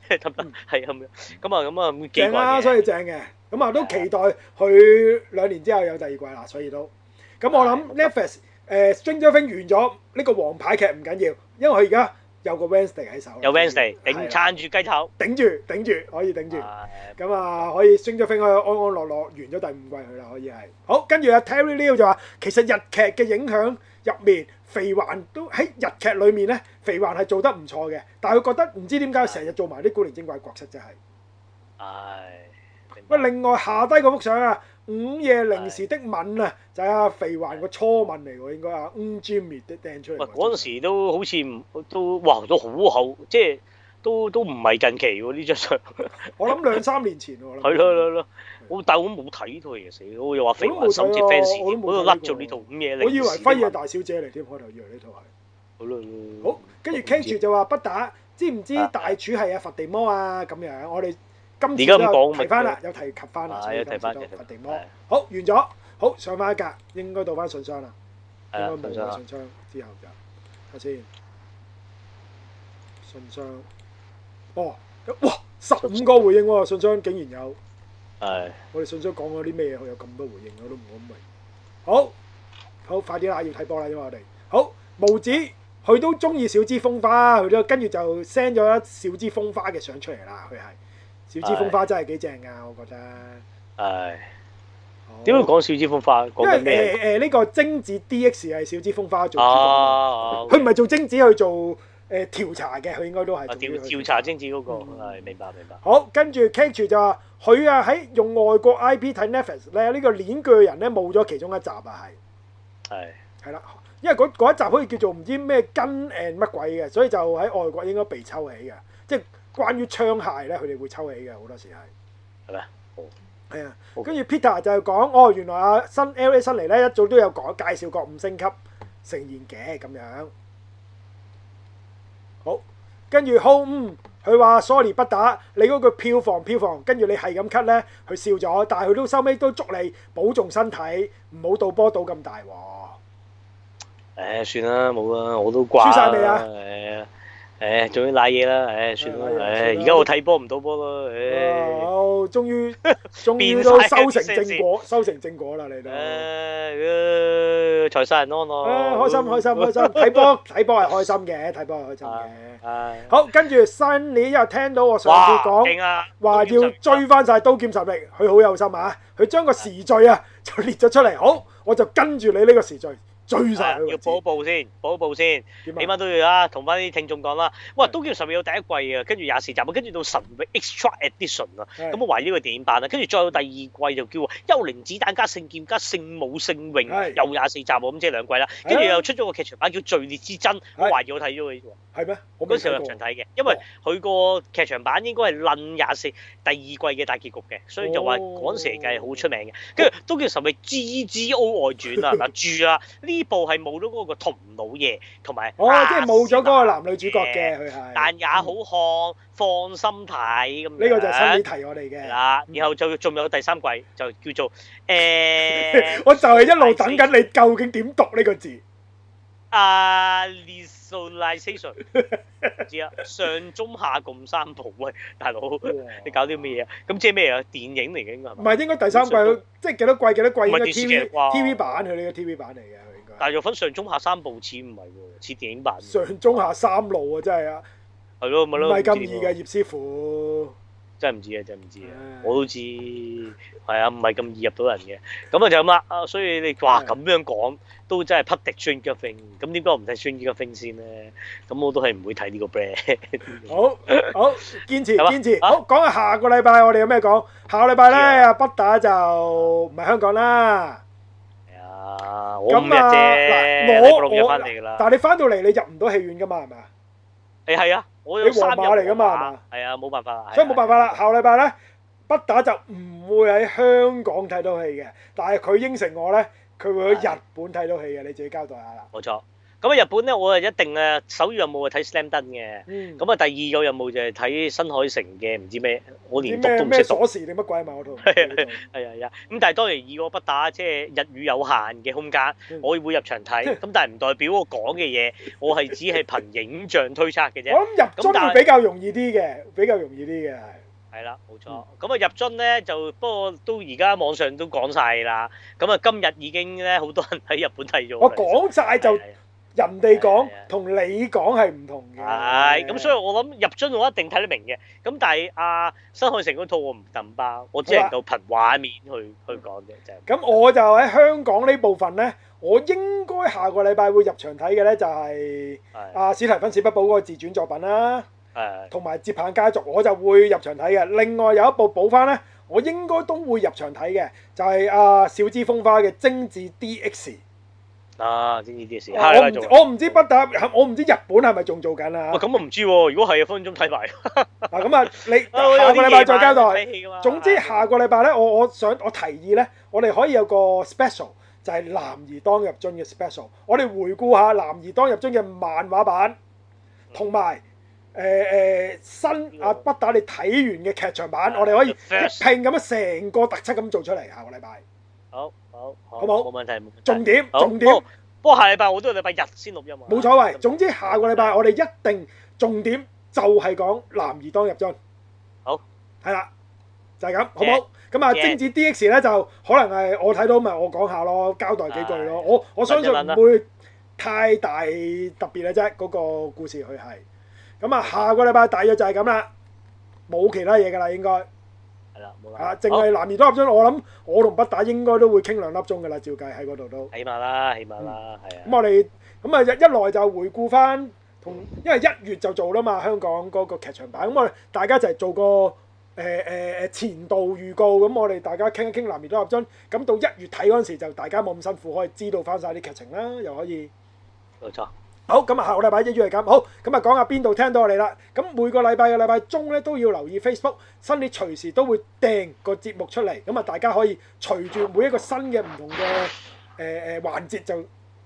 S1: 得唔得？係咁樣，咁啊咁啊咁幾
S2: 嗯正
S1: 個人
S2: 啦，所以正嘅。咁啊，都期待佢兩年之後有第二季啦，所以都。咁我諗 Netflix 誒 Stranger Things 完咗呢個王牌劇唔緊要，因為佢而家有個 Wednesday 喺手啦。
S1: 有 Wednesday
S2: 係
S1: 頂
S2: 啦
S1: 撐住雞頭，
S2: 頂住，頂住，可以頂住。
S1: 係
S2: 咁啊，可以 Stranger Things 可以安安樂樂完咗第五季佢啦，可以係。好，跟住阿 Terry Liu 就話，其實日劇嘅影響入面，肥環都喺日劇裡面咧，肥環係做得唔錯嘅，但係佢覺得唔知點解成日做埋啲古靈精怪角色真係。
S1: 唉，明白
S2: 喂，另外下低嗰幅相啊，午夜零時的吻啊，就係阿肥環個初吻嚟喎，應該啊，五 Jimmy 掟出嚟
S1: 喂，
S2: 喎。
S1: 嗰陣時都好似唔都哇都好厚，即係都都唔係近期喎呢張相，
S2: 我諗兩三年前喎，我諗
S1: 係咯係咯係咯，我但係我冇睇呢套嘢死，我又話肥
S2: 嗯我都
S1: 環
S2: 冇睇啊
S1: 甚至 fans
S2: 我都
S1: 添
S2: 冇睇
S1: 我都甩咗呢套午夜零
S2: 我以為
S1: 時
S2: 輝夜
S1: 的
S2: 大小姐嚟添，開頭以為呢套係。
S1: 吻好啦
S2: 好，跟住 K 住就話不打，知唔知大廚係阿佛地魔啊？咁樣，我哋今次
S1: 而家咁
S2: 都
S1: 講
S2: 有
S1: 咪
S2: 提翻啦，有提及翻啦，
S1: 係
S2: 所以
S1: 有
S2: 今
S1: 提
S2: 次
S1: 翻
S2: 都
S1: 嘅
S2: 佛地魔
S1: 係。
S2: 好，完咗，好上翻一格，應該到翻信箱啦，
S1: 係啊，
S2: 應該
S1: 咁
S2: 冇
S1: 上
S2: 啦
S1: 下
S2: 信箱之後就睇先，信箱，哦，哇，十五個回應喎，信箱竟然有。
S1: 係
S2: 我哋信箱講咗啲咩嘢，佢有咁多回應，我都唔好明。好，好快啲啦，要睇波啦，因為我哋好無子，佢都中意小枝風花，佢都跟住就 send 咗一小枝風花嘅相出嚟啦。佢係小枝風花真係幾正噶，我覺得。
S1: 係
S2: 好
S1: 點會？講小資風化講緊
S2: 因為
S1: 咩
S2: 誒誒呢個精子 DX 係小枝風花做主角，
S1: 啊？
S2: 佢唔係做精子，去做誒、呃、調查嘅，佢應該都係
S1: 啊
S2: 做
S1: 調
S2: 呢個
S1: 調查精子嗰個
S2: 嗯
S1: 係明白明白，
S2: 好，跟住 Catch 住就話佢啊喺用外國 IP 睇 Netflix 咧，呢個鏈鋸人咧冇咗其中一集啊，係
S1: 係
S2: 係啦，因為嗰嗰一集好似叫做唔知咩根 and 乜鬼嘅，所以就喺外國應該被抽起嘅，即係關於槍械咧，佢哋會抽起嘅好多時係
S1: 係咪？好
S2: 係啊，
S3: OK
S2: 跟住 Peter 就講哦，原來啊新 L.A. 新嚟咧一早都有講介紹過五星級盛宴嘅咁樣。好，跟住 Home，佢話 sorry 不打，你嗰句票房票房，跟住你係咁 cut 咧，佢笑咗，但係佢都收尾都祝你保重身體，唔好到波到咁大喎。
S1: 唉，算啦，冇啦，我都掛啦。
S2: 輸晒未啊
S1: 唉？唉，總之賴嘢啦，唉，算啦
S2: 唉，賴嘢
S1: 唉，
S2: 算啦
S1: 而家我睇波唔到波咯，唉，
S2: 哦，終於終於
S1: 變
S2: 都
S1: 晒
S2: 收
S1: 啲
S2: 成
S1: 聲
S2: 正果，收成正果啦，你都。
S1: 唉，唉財散人安
S2: 啊，
S1: 樂。
S2: 開心開心 開心，睇波睇波係開心嘅，睇波係開心嘅。
S1: 唉。
S2: 好，跟住新年又聽到我上次
S1: 啊哇，
S2: 講
S1: 勁啊！
S2: 話
S1: 刀劍
S2: 要
S1: 神
S2: 追翻晒刀劍神域，佢好有心啊！佢將個時序啊 就列咗出嚟，好，我就跟住你呢個時序追晒佢
S1: 啊要
S2: 為
S1: 補一補先，補一補先，
S2: 止。
S1: 起
S2: 點啊
S1: 碼？都要啦，同翻啲聽眾講啦。哇，
S2: 係
S1: 《刀劍神域》有第一季啊，跟住廿四集啊，跟住到神域 Extra Edition 啊，
S2: 係
S1: 咁我懷疑呢個點辦啊？跟住再到第二季就叫《幽靈子彈加聖劍加聖母聖詠》，
S2: 係
S1: 又廿四集喎，咁即係兩季啦。
S2: 係啊
S1: 跟住又出咗個劇場版叫《罪烈之爭》，我懷疑我睇咗佢喎，
S2: 係咩？我未
S1: 嗰時候
S2: 睇
S1: 入場
S2: 過。
S1: 睇嘅，因為佢個劇場版應該係論廿四第二季嘅大結局嘅，所
S2: 哦
S1: 以就話嗰陣時嚟計好出名嘅。跟住都叫神域 G G O 外傳啊，嗱 住啦，呢部係冇咗嗰個童老爺同埋
S2: 哦，即係冇咗嗰個
S1: 阿斯娜
S2: 男女主角嘅，佢係。
S1: 啊但也好看，放心睇咁樣。
S2: 呢個就係新年提我哋
S1: 係
S2: 嘅。
S1: 啦，然後就仲有第三季就叫做誒
S2: 我就係一路等緊你究竟點讀呢個字。
S1: 啊 l i s o l i z a t i o n 唔知啊，上中下共三部喂，大佬你搞啲咩嘢啊？咁即係咩啊？電影嚟嘅應該係
S2: 唔
S1: 咪？
S2: 係應該第三季，即係幾多季幾多季應該
S1: 唔係電視劇
S2: TV
S1: 啩
S2: TV 版佢呢個 TV 版嚟嘅，佢應該。
S1: 但係有分上中下三部似唔係喎，似電影版喎
S2: 上中下三路啊，真係啊，
S1: 係咯，
S2: 唔
S1: 咪咯，
S2: 係咁
S1: 唔知
S2: 易
S1: 點
S2: 嘅
S1: 喎，
S2: 葉師傅。
S1: 真係唔知啊，真係唔知啊
S2: 唉，
S1: 我都知，係啊，唔係咁易入到人嘅，咁啊就咁啦，啊，所以你話
S2: 係
S1: 咁樣講都真係匹敵孫家兵，咁點解我唔睇孫家兵先咧？咁我都係唔會睇呢個 brand，
S2: 好，好，堅持，
S1: 係嘛
S2: 堅持。
S1: 啊
S2: 好，講下下個禮拜我哋有咩講？下個禮拜咧，
S1: 知啊
S2: 阿北打就唔係香港啦。
S1: 係啊，我五日
S2: 咁啊，
S1: 啫，
S2: 嗱，
S1: 我
S2: 我
S1: 六日
S2: 我
S1: 翻嚟㗎啦，
S2: 但係你翻到嚟你入唔到戲院噶嘛，係咪啊？
S1: 誒係啊，我有
S2: 你
S1: 三
S2: 皇
S1: 日
S2: 馬嚟㗎嘛係嘛，
S1: 係啊，冇辦法啦，
S2: 所以冇辦法啦。下個禮拜咧，北打就唔會喺香港睇到戲嘅，但係佢應承我咧，佢會去日本睇到戲嘅，你自己交代下啦。
S1: 冇錯。咁啊，日本咧，我啊一定啊首要任務啊睇 Slam Dunk 嘅。
S2: 嗯，
S1: 咁啊，第二個任務就係睇新海誠嘅唔知咩，我連
S2: 啲
S1: 讀都
S2: 咩
S1: 唔識
S2: 咩
S1: 讀。
S2: 鎖匙定乜鬼啊嘛，我套。
S1: 係啊係啊，咁但係當然以我不打即係日語有限嘅空 間
S2: 嗯，
S1: 我會入場睇。咁但係唔代表我講嘅嘢，我係只係憑影像推測嘅啫。
S2: 我諗入樽會比較容易啲嘅，比較容易啲嘅係。
S1: 係啦，冇錯。咁啊入樽咧就不過都而家網上都講晒啦。咁啊今日已經咧好多人喺日本睇咗啦。
S2: 我講晒就
S1: 係啊
S2: 人哋講
S1: 係啊
S2: 同你講係唔同嘅。嗯
S1: 係，咁所以我諗入樽我一定睇得明嘅，咁但係阿新海誠嗰套我唔抌包，我只能
S2: 啊
S1: 夠憑畫面去去講啫，就係
S2: 咁我就喺香港呢部分呢，我應該下個禮拜會入場睇嘅呢，就係啊
S1: 係
S2: 阿史提芬史匹堡嗰個自傳作品啦，
S1: 係
S2: 同埋《接棒家族》，我就會入場睇嘅。另外有一部補翻呢，我應該都會入場睇嘅，就係阿小芝風花嘅《精緻 DX》。
S1: 啊，知呢啲事，下禮
S2: 我
S1: 拜
S2: 唔
S1: 做啊。
S2: 我唔知不打，我唔知日本係咪仲做緊啊
S1: 喂，？咁我唔知喎，如果係分分鐘睇 埋。
S2: 嗱咁啊，你
S1: 我
S2: 下個禮拜再交代。
S1: 睇戲㗎嘛
S2: 總之下個禮拜咧，我我想我提議咧，我哋可以有個 special 就係男兒當入樽嘅 special，我哋回顧下男兒當入樽嘅漫畫版，同埋誒誒新阿北打你睇完嘅劇場版，我哋可以
S1: 啊 The first
S2: 一拼咁樣成個特輯咁做出嚟。下個禮拜
S1: 好好好
S2: 好冇
S1: 冇問題，冇問題
S2: 重點
S1: 好
S2: 重點
S1: 不過不過下禮拜我都係禮拜日先錄音啊。
S2: 冇所謂，總之下個禮拜我哋一定重點就係講男兒當入樽。
S1: 好，
S2: 係啦，就係咁，好
S1: 正
S2: 冇？咁啊，
S1: 正
S2: 精子 DX 咧就可能係我睇到咪我講下咯，交代幾句咯。
S1: 唉
S2: 我我相信
S1: 問一問
S2: 唔
S1: 啦
S2: 會太大特別嘅啫，嗰個故事佢係。咁啊，下個禮拜大約就係咁啦，冇其他嘢㗎啦，應該
S1: 係啦，冇
S2: 啊，
S1: 啦。
S2: 淨係男兒當入樽，我諗我同北打應該都會傾兩粒鐘㗎啦，照計喺嗰度都。
S1: 好起碼啦，起碼啦，係啊。
S2: 咁我哋咁啊一一來就回顧翻同，因為一月就做啦嘛，香港嗰個劇場版。咁我哋大家就係做個誒誒誒前度預告，咁我哋大家傾一傾《南面多入樽》。咁到一月睇嗰陣時，就大家冇咁辛苦，可以知道翻晒啲劇情啦，又可以
S1: 冇錯。
S2: 好，咁啊下個禮拜一於係咁，好，咁啊講下邊度聽到我哋啦。咁每個禮拜嘅禮拜中咧都要留意 Facebook，新年隨時都會掟個節目出嚟，咁啊大家可以隨住每一個新嘅唔同嘅誒誒環節就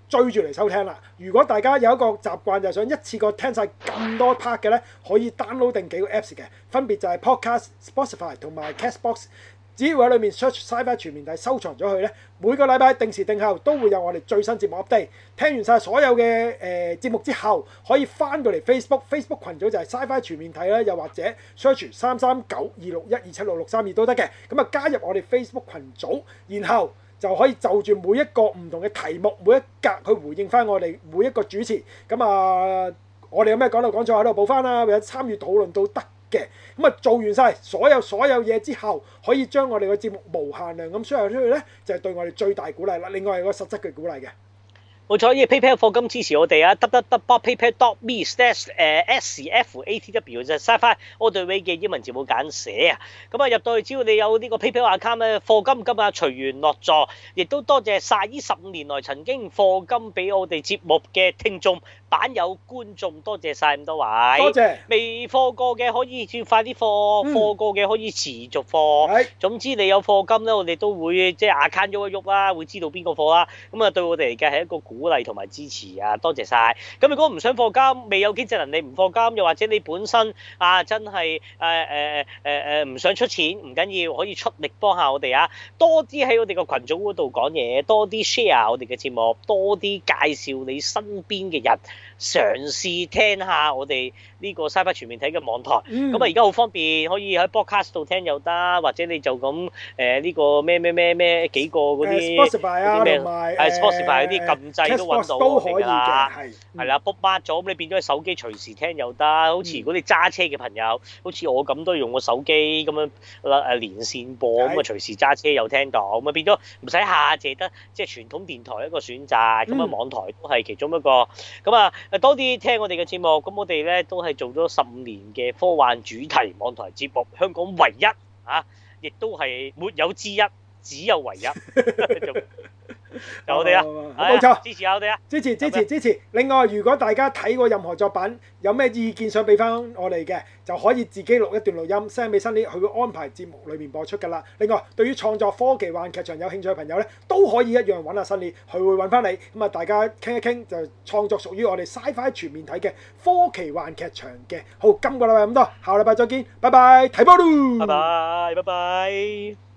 S2: 追住嚟收聽啦。如果大家有一個習慣就係想一次過聽晒咁多 part 嘅咧，可以 download 定幾個 Apps 嘅，分別就係 Podcast、Spotify 同埋 Castbox。只要喺裏面 search《Sci-Fi 全面睇》收藏咗佢咧，每個禮拜定時定候都會有我哋最新節目 update。聽完晒所有嘅誒節目之後，可以翻到嚟 Facebook，Facebook 群組就係 Sci-Fi 全面睇啦，又或者 search 三三九二六一二七六六三二都得嘅。咁啊，加入我哋 Facebook 群組，然後就可以就住每一個唔同嘅題目，每一格去回應翻我哋每一個主持。咁啊〜我哋有咩講到講錯喺度補翻啦，或者參與討論都得嘅。咁啊做完晒所有所有嘢之後，可以將我哋嘅節目無限量咁 share 出去咧，就係、對我哋最大鼓勵啦。另外係個實質嘅鼓勵嘅。
S1: 冇錯，呢個 PayPal 課金支持我哋啊，www.paypal.me/sfatw 就係 Sci-Fi All The Way 嘅英文字母簡寫啊。咁啊入到去，只要你有呢個 PayPal account 咧，課金金額隨緣落座，亦都多謝晒呢十五年來曾經課金俾我哋節目嘅聽眾、版友、觀眾，多謝晒咁多位。
S2: 多謝。
S1: 未課過嘅可以轉快啲課，
S2: 嗯
S1: 課過嘅可以持續課。
S2: 係
S1: 總之你有課金咧，我哋都會即係 account 喐一喐啦，會知道邊個課啦。咁啊，對我哋嚟計係一個鼓勵同埋支持啊，多謝晒。咁如果唔想課金，未有經濟能力唔課金，又或者你本身啊真係誒誒誒誒唔想出錢，唔緊要，可以出力幫下我哋啊。多啲喺我哋個群組嗰度講嘢，多啲 share 我哋嘅節目，多啲介紹你身邊嘅人，嘗試聽下我哋呢個 Sci-Fi 全面睇嘅網台。
S2: 嗯
S1: 咁啊，而家好方便，可以喺 podcast 度聽又得，或者你就咁誒呢個咩咩咩咩幾個嗰
S2: 誒
S1: 啲
S2: Spotify
S1: 嗰啲
S2: 啊，
S1: 咩
S2: 同埋
S1: 係
S2: 誒
S1: Spotify 嗰啲撳掣都揾
S2: Castbox
S1: 到
S2: 都
S1: 我
S2: 可
S1: 哋
S2: 以
S1: 㗎啦
S2: 嘅，係
S1: 係，啦，book mark 咗，咁你變咗喺手機隨時聽又得。好似
S2: 嗯
S1: 如果你揸車嘅朋友，好似我咁都用個手機咁樣啦誒連線播，咁啊
S2: 係
S1: 隨時揸車又聽到，咁啊變咗唔使下借得即係傳統電台一個選擇，咁啊
S2: 嗯
S1: 網台都係其中一個。咁啊多啲聽我哋嘅節目，咁我哋咧都係做咗十五年嘅科幻主題網台節目，香港唯一啊，亦都係沒有之一，只有唯一。 就就我哋 啊！
S2: 嗯
S1: 係啊
S2: 冇錯。
S1: 支持下我哋啊！
S2: 支持支
S1: 咁咧
S2: 持支持！另外，如果大家睇過任何作品，有咩意見想俾翻我哋嘅，就可以自己錄一段錄音 send 俾 Sunny，佢會安排節目裏面播出㗎啦。另外，對於創作科技幻劇場有興趣嘅朋友呢，都可以一樣揾下 Sunny，佢會揾翻你。咁啊，大家傾一傾就創作屬於我哋 Sci-Fi 全面睇嘅科技幻劇場嘅。好，今個禮拜咁多，下個禮拜再見，拜拜，睇波嚕！
S1: 拜拜，拜拜。